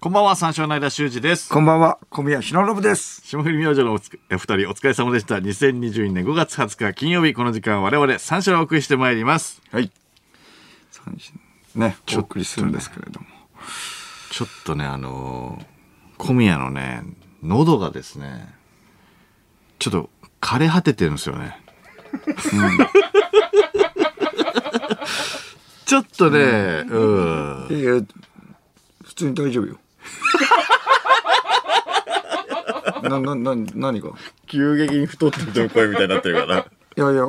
こんばんは、三照の間修二です。こんばんは、小宮浩信です。霜降り明星のおつくお二人、お疲れ様でした。2022年5月20日金曜日、この時間、我々三照をお送りしてまいります。はい。三振ね、お送りするんですけれども。ちょっとね、あのー小宮のね、喉がですね、ちょっと枯れ果ててるんですよね。ちょっとね、うん。いやいや、普通に大丈夫よ。 な、な、な、何がい 急激に太ってる声みたいになってるから。やいや、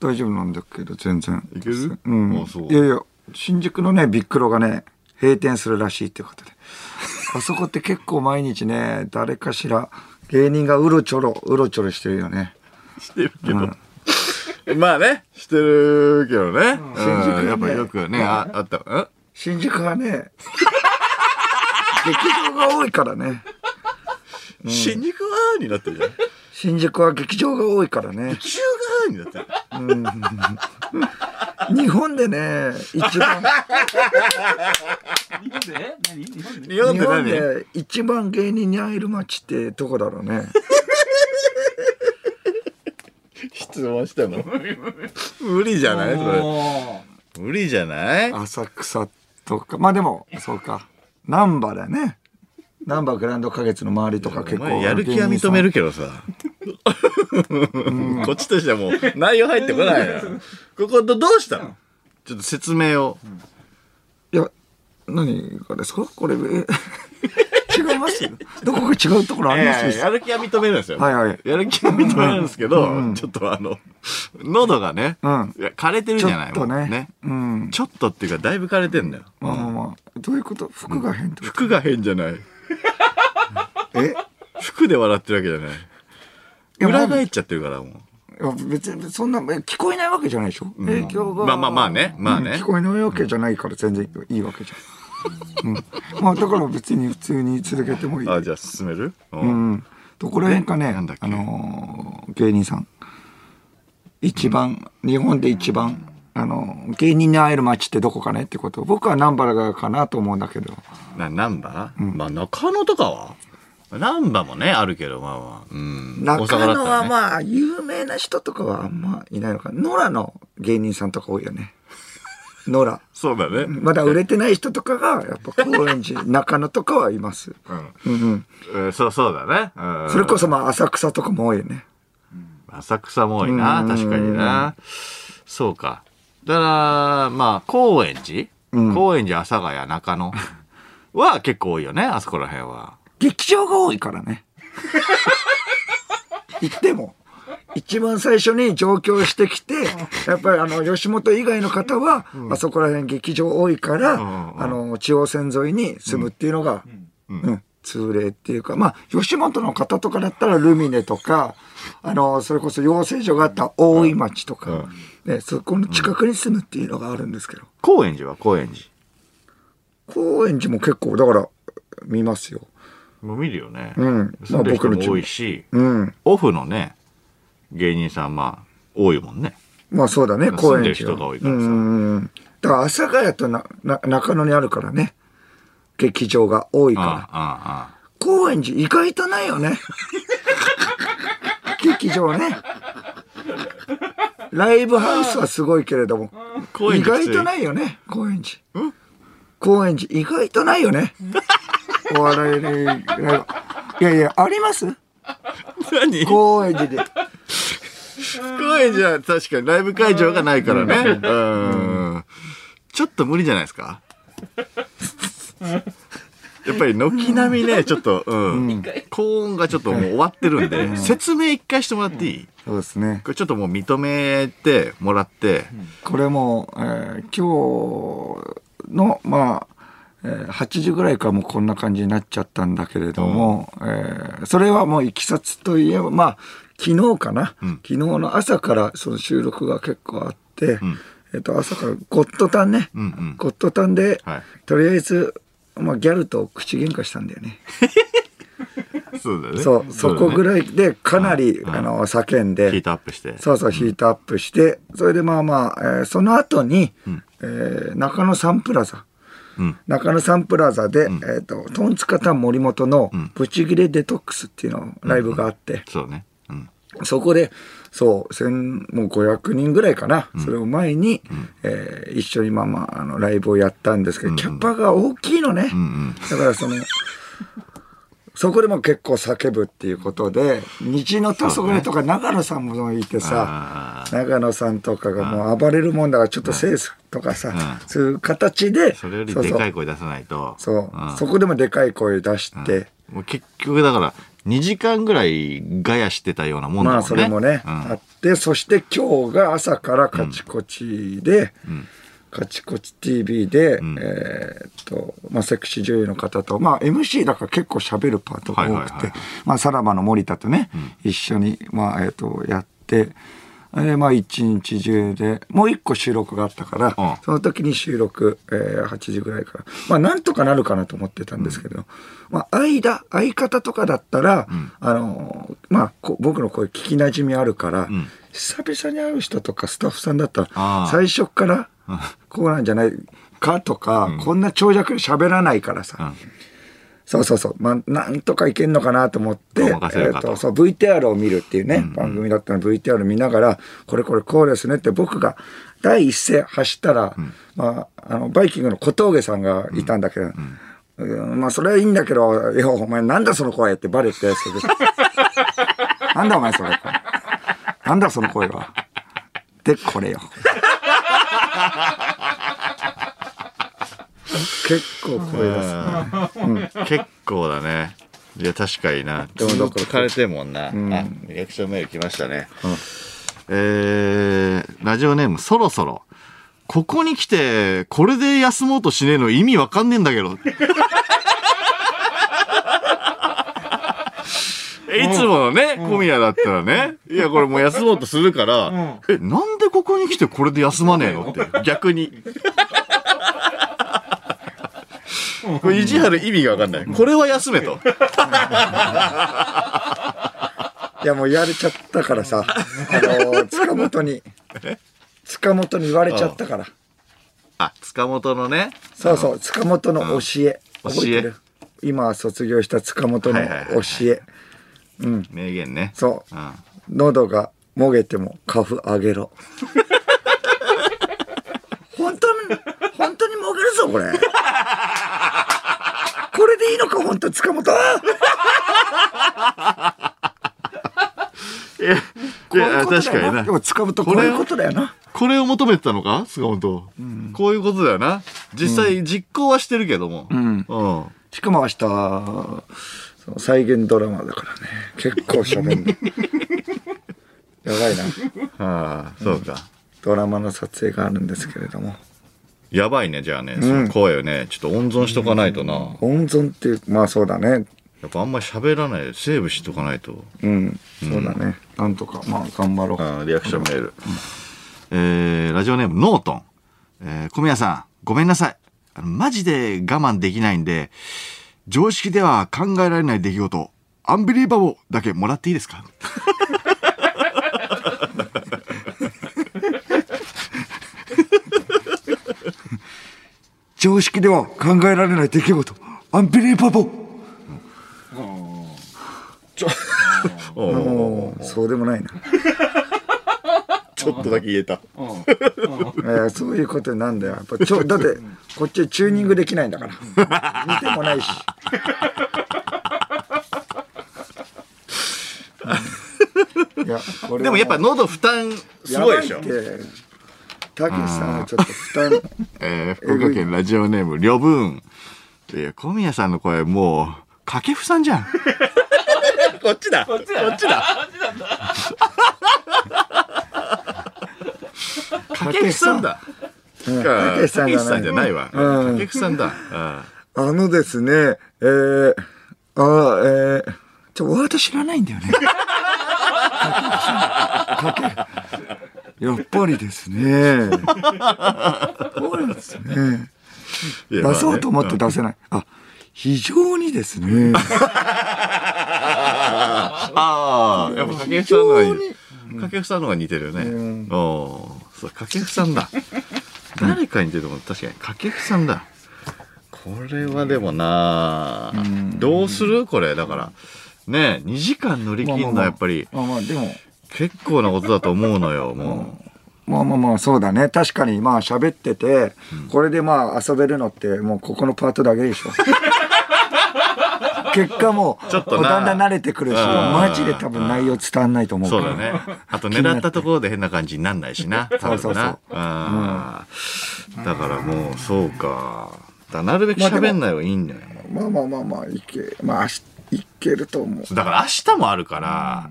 大丈夫なんだけど、全然。いけるうん。あ、そうい。やいや、新宿のね、ビックロがね、閉店するらしいってことで。あそこって結構毎日ね、誰かしら、芸人がうろちょろ、うろちょろしてるよね。してるけど。まあね、してるけどね。うん新宿ねやっぱよくね、ああった。ん新宿はね、劇場が多いからね。新宿はーになってるじゃん。新宿は劇場が多いからね。旧がーになってる。日本でね、一番、日本で何日本で日本 日で本何で一番芸人に会える街ってどこだろうね。質問したの 無理じゃないそれ。も無理じゃない浅草とか、まあでも、そうか。難波だね。難波グランド花月の周りとか結お構。前やる気は認めるけどさ。こっちとしてはもう内容入ってこ ないよ。ここどどうしたのちょっと説明を。いや、何がですかこれ、え違いますよ。どこか違うところありますいやいややる気は認めるんですよ。はいはいやる気は認めるんですけど、ちょっとあの、喉がね、うんいや枯れてるちじょゃないっともねううん。ちょっとっていうか、だいぶ枯れてんだよ。まあまあまあ。どういうこと服が変ってこ服が変じゃない。とえ服で笑ってるわけじゃない。や裏返っちゃってるから、もう。いや別にそんなえ聞こえないわけじゃないでしょ、影響がまあまあまあねまあねうん聞こえないわけじゃないから全然いいわけじ ゃん、うんまあだから別に普通に続けてもいいあ、じゃあ進めるうう。んどこら辺かねなんだっけあのー芸人さん一番、日本で一番あのー芸人に会える街ってどこかねってこと僕は南原がかなと思うんだけどな、ナンバーまあ中野とかはナンバーもね、あるけど、まあまあ。うん。大中阪だった野らはねまあ有名な人とかはあんまいないのかな野良の芸人さんとか多いよね野良そうだね。まだ売れてない人とかが、やっぱ高円寺、中野とかはいます。うんうん。そうそうだね。うんそれこそまあ浅草とかも多いよね。浅草も多いなうん確かになそうかだからまあ高円寺、高円寺阿佐ヶ谷中 野は結構多いよねあそこら辺は劇場が多いからね。 行っても。一番最初に上京してきて、やっぱりあの、吉本以外の方は、あそこら辺劇場多いから、んうんあの、地方線沿いに住むっていうのが、うん、通例っていうか、まあ、吉本の方とかだったらルミネとか、あの、それこそ養成所があった大井町とか、ね、そこの近くに住むっていうのがあるんですけど、高円寺は高円寺高円寺も結構、だから、見ますよ。もう見るよねうん住んでる人まあ僕の地もも多いし、うん。オフのね芸人さんまあ多いもんねまあそうだね、住高んでる円人寺はが多いからさうんうん。だから阿佐ヶ谷となな中野にあるからね。劇場が多いああかあら。高円寺意外とないよね。 劇場ね。ライブハウスはすごいけれどもあ高、円意寺きつい外とないよね、高円寺。高円寺意外とない よね。お笑いライブ。いやいや、ありますあ 何高高円寺で。円寺は確かにライブ会場がないからねうんちょっと無理じゃないですかやっぱり軒並みねちょっと、うん、高音がちょっともう終わってるんで説明一回してもらっていいそうですね。これちょっともう認めてもらって、これも、えー今日のまあ、えー8時ぐらいからもうこんな感じになっちゃったんだけれども、えーそれはもういきさつといえばまあ昨日かな、昨日の朝からその収録が結構あって、えっと朝からゴッドタンね、うんうんゴッドタンで、はいとりあえず、まあ、ギャルと口喧嘩したんだよね。そうだねそうそこぐいらいでかなり、はいはいあの叫んで。ヒートアップしてそうそう、ヒートアップして、それでまあまあ、えーその後に、えー中野サンプラザ、ううん中野サンプラザで、えっとトンツカタン森本のブチギレデトックスっていうのライブがあって、そうね。うん。そこでそう1500もう500人ぐらいかな、それを前に、えー一緒にまあまああのライブをやったんですけど、キャッパが大きいのね、うんだからそのそこでも結構叫ぶっていうことで日の黄昏とか長野さんもいてさ、ああ。長野さんとかがもう暴れるもんだからちょっとセースとかさ、うそういう形でそれよりそうでそうかい声出さないと。そう、んそこでもでかい声出して、もう結局だから、2時間ぐらいガヤしてたようなもんだもんね。まあそれもね、うんあってそして今日が朝からカチコチで、カチコチ TV で、んえーっと、まあ、セクシー女優の方と、まあ、MC だから結構喋るパートが多くはいて、はいはいまあ、さらばの森田とね、一緒に、まあ、えーっと、やって、えーまあ、一日中で、もう一個収録があったから、うんその時に収録、えー8時ぐらいから、まあ、なんとかなるかなと思ってたんですけど、まあ、間、相方とかだったら、あのーまあ、こ僕の声聞き馴染みあるから、ん久々に会う人とかスタッフさんだったあらー、最初から、こうなんじゃないかとか、こんな長尺で喋らないからさ、うんそうそうそう、まあ、なんとかいけんのかなと思って、ごえまかせるかーととそう VTR を見るっていうね、番組だったの VTR 見ながら、これこれこうですねって僕が第一声走ったら、まあ、あの、バイキングの小峠さんがいたんだけど、うんまあ、それはいいんだけど、いや、お前なんだその声ってバレて、それで なんだお前それ。なんだその声は。で、これよ。結構声出す。結構だね。いや、確かにな。でもずっどとこ枯れてるもんな。あ、リアクションメール来ましたね。えー、ラジオネーム、そろそろ。ここに来て、これで休もうとしねえの意味わかんねえんだけど。 えいつものね、小宮だったらね、いや、これもう休もうとするから、え、なんでここに来てこれで休まねえのって、逆に。これ意地張る意味がわかんない。これは休めと。いやもう言われちゃったからさ、あの、塚本に、塚本に言われちゃったから。あ、塚本のね。そうそう、塚本の教え。うん覚えてる今卒業した塚本のはいはいはいはい教え。名言ね。そうう、ん。喉がもげても花粉あ げろ。本当に、本当にもげるぞ、これ。これでいいのか、本当塚本。いや、いや確かにでもな。塚本、こういうことだよな。これを求めてたのか塚本、こういうことだよな。実際実行はしてるけども。うん。しかも明日、その再現ドラマだからね。結構喋んの。やばいな。ああ、そうか。ドラマの撮影があるんですけれども。やばいね、じゃあね。その声をね、ちょっと温存しとかないとな。温存っていう、まあそうだね。やっぱあんまり喋らないでセーブしとかないと。うん。そうだね。なんとか、まあ頑張ろう。うん、リアクションメール。えー、ラジオネーム、ノートン。えー、小宮さん、ごめんなさい。あのマジで我慢できないんで、常識では考えられない出来事、アンビリーバボーだけもらっていいですか常識では考えられない出来事。アンビリーパボ おうもう、そうでもないな。 ちょっとだけ言えた。えーそういうことになんだよ。やっぱちょ、だって、こっちチューニングできないんだから。見てもないし。うんいや、これではもやっぱ喉負担すごいでしょやば。ってたけしさんはちょっと負担。えー、福岡県ラジオネーム、りょぶん。いや、小宮さんの声もう、掛布さんじゃん。 こっちだ。こっちだ。こっちだ。掛布さんだ。うん掛た布けしささんじんじゃゃなないい。わ。うん掛布さんだ。うんあのですね、えー、あーえー、ちょ、ワード知らないんだよね。やっぱりですね。そうですね。いや出そうと思って出せない。あ、非常にですね。ああ、やっぱ掛布さんの方がいい。掛布さんの方が似てるよね。お おー、そう、掛布さんだ。誰かに似てると思う。確かに、掛布さんだ。これはでもなどうするこれだからねえ2時間乗り切んのはやっぱりまあまあでも結構なことだと思うの よもまあまあまあそうだね確かにまあ喋ってて、これでまあ遊べるのってもうここのパートだけ でしょ結果もうちょっとなだんだん慣れてくるしうんマジで多分内容伝わんないと思ううそからうだねあと狙ったところで変な感じになんないしな多 分そうそうそうなあーだからもうそうかだからなるべく喋んない方がいいんだよまあまあまあまあいけまああしいけると思うだから明日もあるから、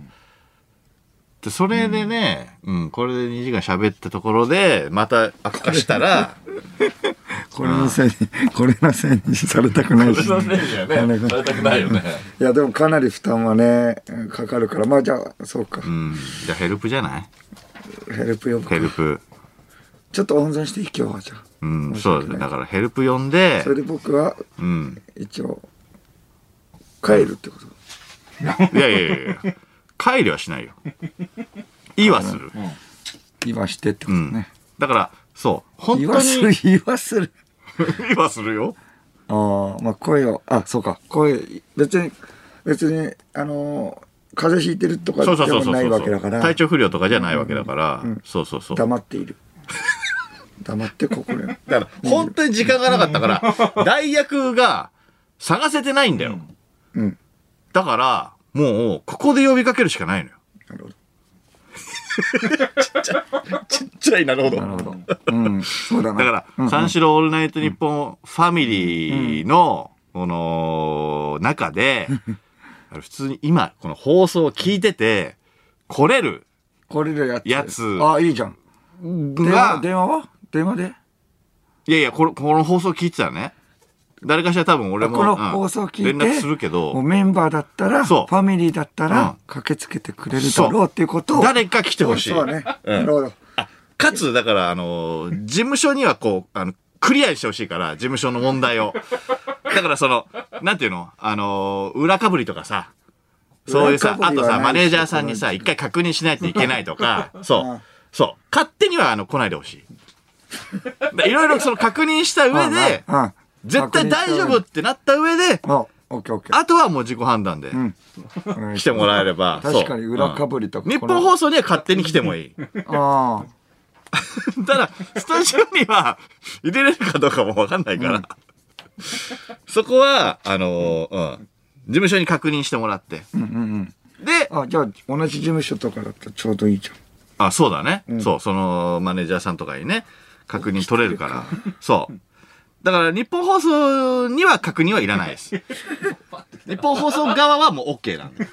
でそれでね、うん、これで2時間喋ったところで、また悪化した ら、これのせいにこれのせいにされたくないしされたくないよね。いやでもかなり負担はねかかるからまあじゃあそうかうん、じゃあヘルプじゃないヘルプ呼ぶかヘルプ。ちょっと温存していい今日はじゃあうん、そうだねだからヘルプ呼んでそ、れで僕はうん。一応帰るってこといやいやいやいや、帰りはしない よ。いいはする。言わしてってこうとんね、。だから、そう、本言当わに、する言わするいいはするよ。ああまあ声をあそうか声別に別にあのー風邪ひいてるとかそうそうでそうもそうないそわうけだから体調不良とかじゃないわけだから、そうそうそう。黙っている 黙ってここでだから、本当に時間がなかった から、代役が探せてないんだよ。うんだから、もう、ここで呼びかけるしかないのよ。なるほどちっちゃい、なるほど。なるほどうんそうだなだから、うん三四郎オールナイトニッポンファミリーの、この、中 で、あの普通に今、この放送を聞いてて、来れるこれでやつやつあいいじゃん電話が、電話は電話でいやいや、このこの放送聞いてたらね、誰かしら多分俺も、こうのん放送聞いて、連絡するけど、もうメンバーだったらフそうァミリーだったうんら駆けつけてくれるだろうっていうことを誰か来てほしい。そうだね、うんなるほどかつ、だから、あの、事務所にはこう、あの、クリアにしてほしいから、事務所の問題を。だからその、なんていうのあの、裏かぶりとかさ、そういうさ、あ裏被りとはないさ、し。マネージャーさんにさ、一回確認しないといけないとか、そううんそう。勝手には、あの、来ないでほしい。だいろいろその確認した上で、うんうん絶対大丈夫ってなった上で、あオッケーオッケーあとはもう自己判断でんお願い来してもらえれば。そう確かに裏かぶりとかうん日この本放送には勝手に来てもいい。あただ、スタジオには入れれるかどうかもわかんないから、そこは、あのーうん、事務所に確認してもらって。あうんうんで、うんあじゃあ同じ事務所とかだったらちょうどいいじゃんあ、そうだね。そう、そのマネージャーさんとかにね、確認取れるから。そう。だから、日本放送には確認はいらないです。日本放送側はもう OK なんで。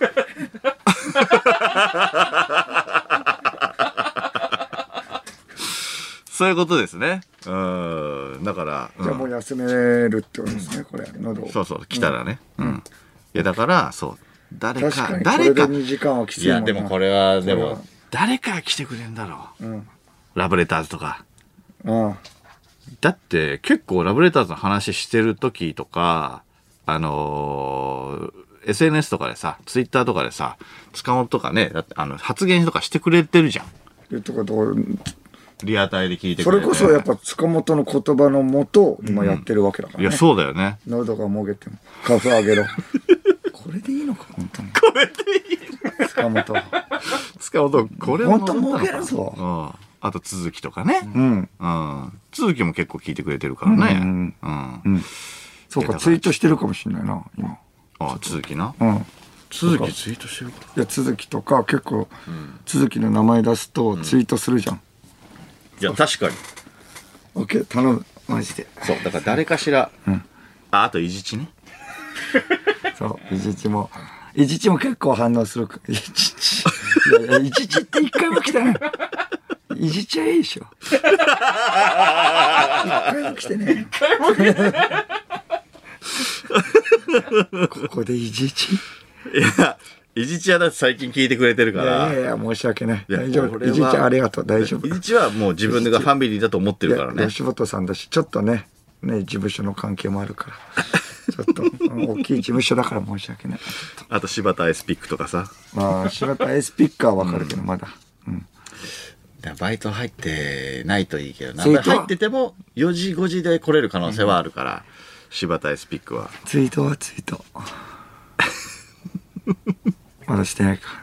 そういうことですね。うん。だから、うんじゃあもう休めるってことですねこれ喉をそうそう、来たらね。うん。いや、だから、そう。誰確かか、にこ誰れでか。 2時間はきついいや、でんもなこれは、でそれもは、誰か来てくれんだろう。うんラブレターズとか。うんだって、結構ラブレターズの話してる時とか、あのー SNS とかでさ、ツイッターとかでさ、塚本とかね、だってあの発言とかしてくれてるじゃん。いうとことリアタイで聞いてくそれれて。こそやっぱ塚本の言葉のもと今やってるわけだからいね、や、そうだよね。喉がもげても花粉あげろ これでいいのか本当にこれでいい塚本塚本、これ本当もうげるぞうん。あと、続きとかね。うんうん。続きも結構聞いてくれてるからね。うんうんそういやだかからツイートしてるかもしれないな今あ続きなうん続きツイートしてるかいや続きとか結構続きの名前出すとツイートするじゃん、いや確かに OK 頼むマジでそうだから誰かしら、ああといじちねそういじちもいじちも結構反応するかいじちいやいやいじちって一回も来てないいじちはいいでしょ一回も来てね一回も来てここでいじちいやいじちはだって最近聞いてくれてるいかやらいやいや申し訳ないいや大丈こ夫れはいじちありがとう大丈夫いじちはもう自分がファミリーだと思ってるからいやね吉本さんだしちょっとねね事務所の関係もあるからちょっとうん大きい事務所だから申し 訳ないあと柴田アイスピックとかさまあ柴田エスピッカーはわかるけどまだ、うん、バイト入ってないといいけどなそういうこと入ってても4時5時で来れる可能性はあるから、柴田エスピックはツイートはツイート まだしてないか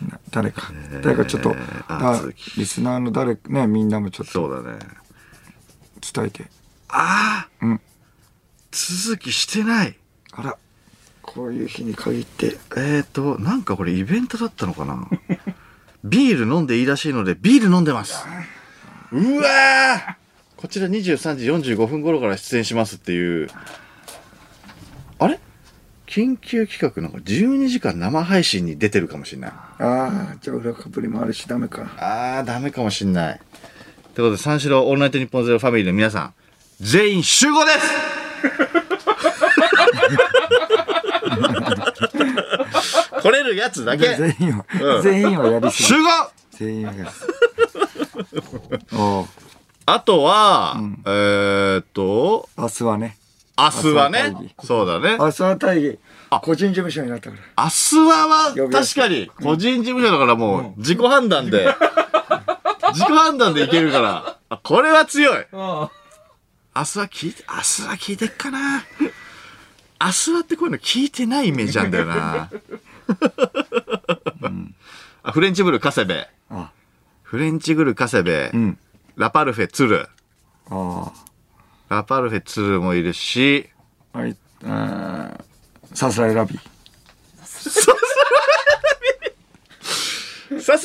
みんな誰か誰かちょっと、ああ続きリスナーの誰かねみんなもちょっとそうだね伝えてああ、うん続きしてないあらこういう日に限ってえーとなんかこれイベントだったのかな ビール飲んでいいらしいのでビール飲んでますうわーこちら23時45分頃から出演しますっていうあれ緊急企画なんか12時間生配信に出てるかもしれないああじゃあ裏かぶりもあるしダメかあー、ダメかもしんない。ってことで、三四郎オールナイトニッポンゼロファミリーの皆さん、全員集合 です来れるやつだけ全員は、うん全員はやりす集ぎ合全員はやりす ぎおうあとは、んえーっと、明日はね明日はね明日は会議、そうだね。明日は大義あ個人事務所になったから明日はは呼び出確しかに個人事務所だからもう自己判断 で、自己判断でいけるから、あこれは強いあ明日は聞いて、明日は聞いてっかな。明日はってこういうの聞いてないイメージなんだよ な。あフレンチブルカセベ。あフレンチブルカセベ。うんラパルフェツル。あラパルフェツルもいるし、あはいうんさすらいラビーさす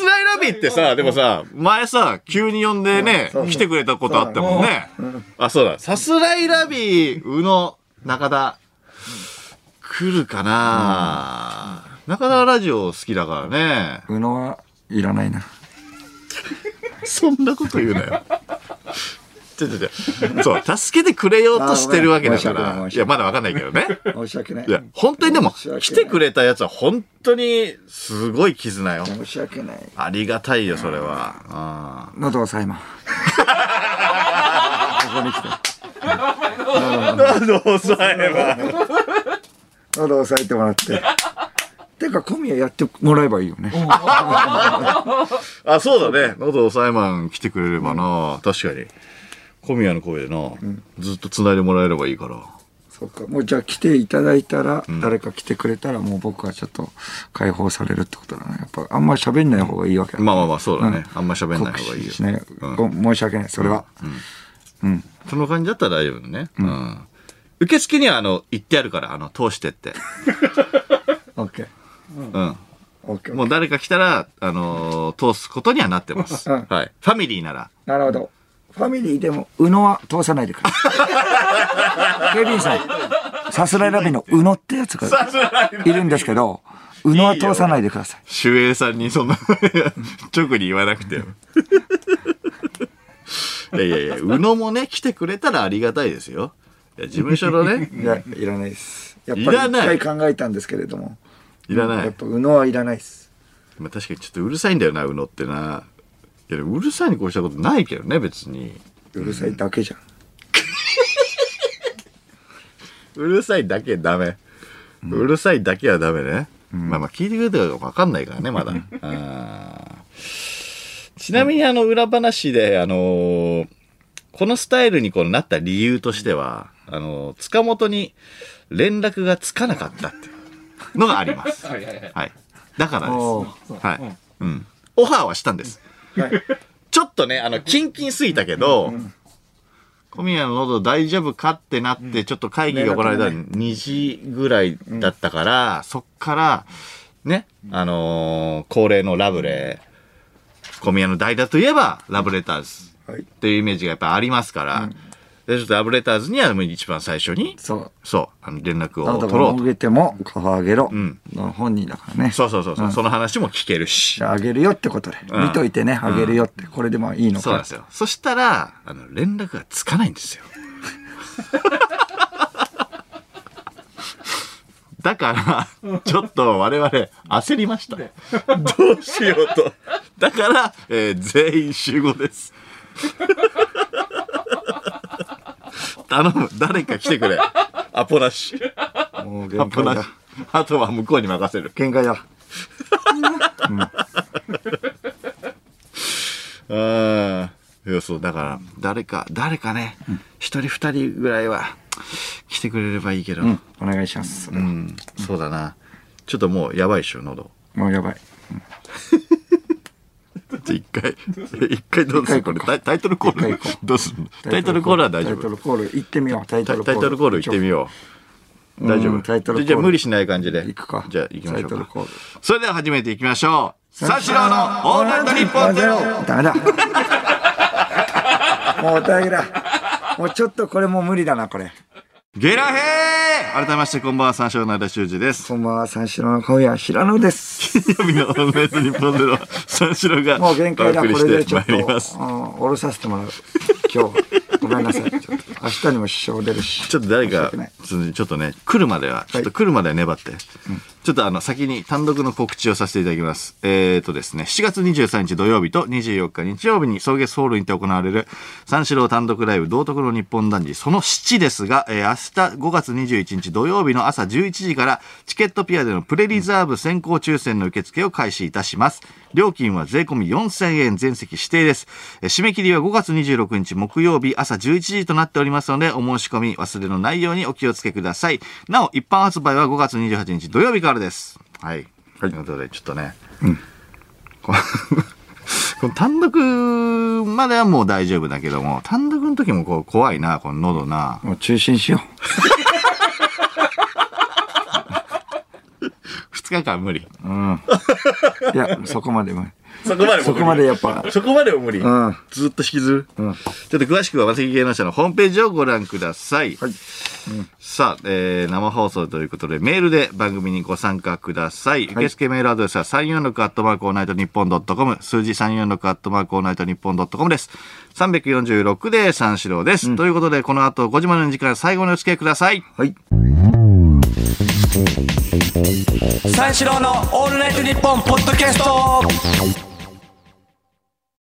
らいラビーってさ、でもさ、前さ、急に呼んでねそう、来てくれたことあったもんね。あ、そうだ。さすらいラビー、宇野、中田、来るかな、中田ラジオ好きだからね。宇野はいらないなそんなこと言うなよ。ちょちょちょ。そう、助けてくれようとしてるわけだかあごら。めん申いしや、訳まだわかんないけどね。申し訳ないいや、本当にでも、申し訳ない来てくれたやつは本当にすごい絆よ。申し訳ないありがたいよ、それは。喉をさえまうん。どうさえば。喉をさえてもらっててか小宮やってもらえばいいよね あ、そうだね。喉押さえマン来てくれればな。確かに。小宮の声でな、ずっと繋いでもらえればいいから。そうかもうじゃあ来ていただいたら、誰か来てくれたらもう僕はちょっと解放されるってことだねやっぱあんまり喋んない方がいいわけだ、まあまあまあ、そうだね。うあんんま喋んない方がいいよし。ない、ご申し訳ないそれは、その感じだったら大丈夫だね。うん。受付には、あの、行ってやるから、あの、通してって。オッケーうん。オッケーもう誰か来たら、あのー通すことにはなってます。うんはい。ファミリーな ら。なるほどファミリーでも宇野は通さないでくれケビンさんさすらいラビの宇野ってやつがいるんですけど宇野は通さないでください守衛さんにそんな直に言わなくても。いやいやいや、宇野もね、来てくれたらありがたいですよ。いや事務所のね、いやいらないですやっいらぱりない一回考えたんですけれどもいらなやっい。ぱ宇野はいらないですまあ、確かにちょっとうるさいんだよな、宇野ってな。いや、でもうるさいにこうしたことないけどね、別に。うるさいだけじゃんうるさいだけダメ。うるさいだけはダメね。まあまあ聞いてくれてるかわかんないからね、まだ。あーちなみにあの裏話で、あのーこのスタイルにこうなった理由としては、あのー塚本に連絡がつかなかったっていうのがあります。あ。はいはいはい。はい。だからでおーす。はい。うん。オファーはしたんです。はいちょっとね、あの、キンキンすぎたけど、小宮の喉大丈夫かってなって、ちょっと会議が行われたら連2時ぐらいだったから、そっから、ね、あのー恒例のラブレー、小宮の代打といえばラブレターズはいっていうイメージがやっぱありますから、で、ちょっとラブレターズにはもう一番最初に、そうそう、あの連絡あなをた取ろうがもと。げてもカフあげろんの本人だからねそうそうそうそう、その話も聞けるしじ。ゃああげるよってことでん見といてねあげるよってこれでもいいのそうなんでかすよ。そしたら、あの、連絡がつかないんですよ。 だから、ちょっと我々焦りました。どうしようと。だから、えー全員集合です。 頼む。誰か来てくれ。アポなし。もうア限ポ界なだし。あとは向こうに任せる。限界だうんいやそうだから誰か誰かね一、人二人ぐらいは来てくれればいいけど、ううんん、お願いします。そうだなちょっともうやばいっしょ喉もうやばい。じゃあ一 回一回どうする一回行ここうれタイタイトルコー一ル回行こどうするタイトルコールは大丈タイト夫ルコール行ってみよう。タイトタルイタイトルコール行ってみよよう大丈うんタイトル夫コールじゃあ無理しない感じで行くか。じゃあ行きましょうタイトルコかール。それでは始めていきましょう三四郎のオールナイトニッポンゼロダメだ。もうお便りだ。もうちょっとこれもう無理だな、これ。ゲラヘー改めましてこんばんは三四郎の間修二ですこんばんは、三四郎の今夜、平野です。金曜日のオールナイトニッポンゼロは三四郎がもう限界だ、おこ送りれでしてちょまっいと、うんります降ろさせてもらう。今日は。ごめんなさい。ちょっと明日にも支障出るし。ちょっと誰申しか訳ないちょっとね来るまではちょっと来るまでは粘って、ちょっとあの先に単独の告知をさせていただきますえっ、ー、とですね7月23日土曜日と24日日曜日に草月ホールにて行われる三四郎単独ライブ道徳の日本男児その7ですが、えー明日5月21日土曜日の朝11時からチケットピアでのプレリザーブ先行抽選の受付を開始いたします料金は税込み4000円全席指定ですえー締め切りは5月26日木曜日朝11時となっておりますのでお申し込み忘れのないようにお気をつけくださいなお一般発売は5月28日土曜日からですはい、ということでちょっとね、この この単独まではもう大丈夫だけども単独の時もこう怖いなこの喉なもう中心しよ2日間無理う。うん。いや、そこまで無理。そこまでそこまでやっぱ。そこまでは無理。うんずっと引きずる。うんちょっと詳しくは、マセキ芸能者のホームページをご覧ください。はいさあ、えー生放送ということで、メールで番組にご参加ください。受付メールアドレスは346アットマークオールナイトニッポンドットコム、数字346アットマークオールナイトニッポンドットコムです。346で三四郎です。ということで、この後5時までの時間、最後にお付き合いください。はい。三四郎のオールナイトニッポンポッドキャスト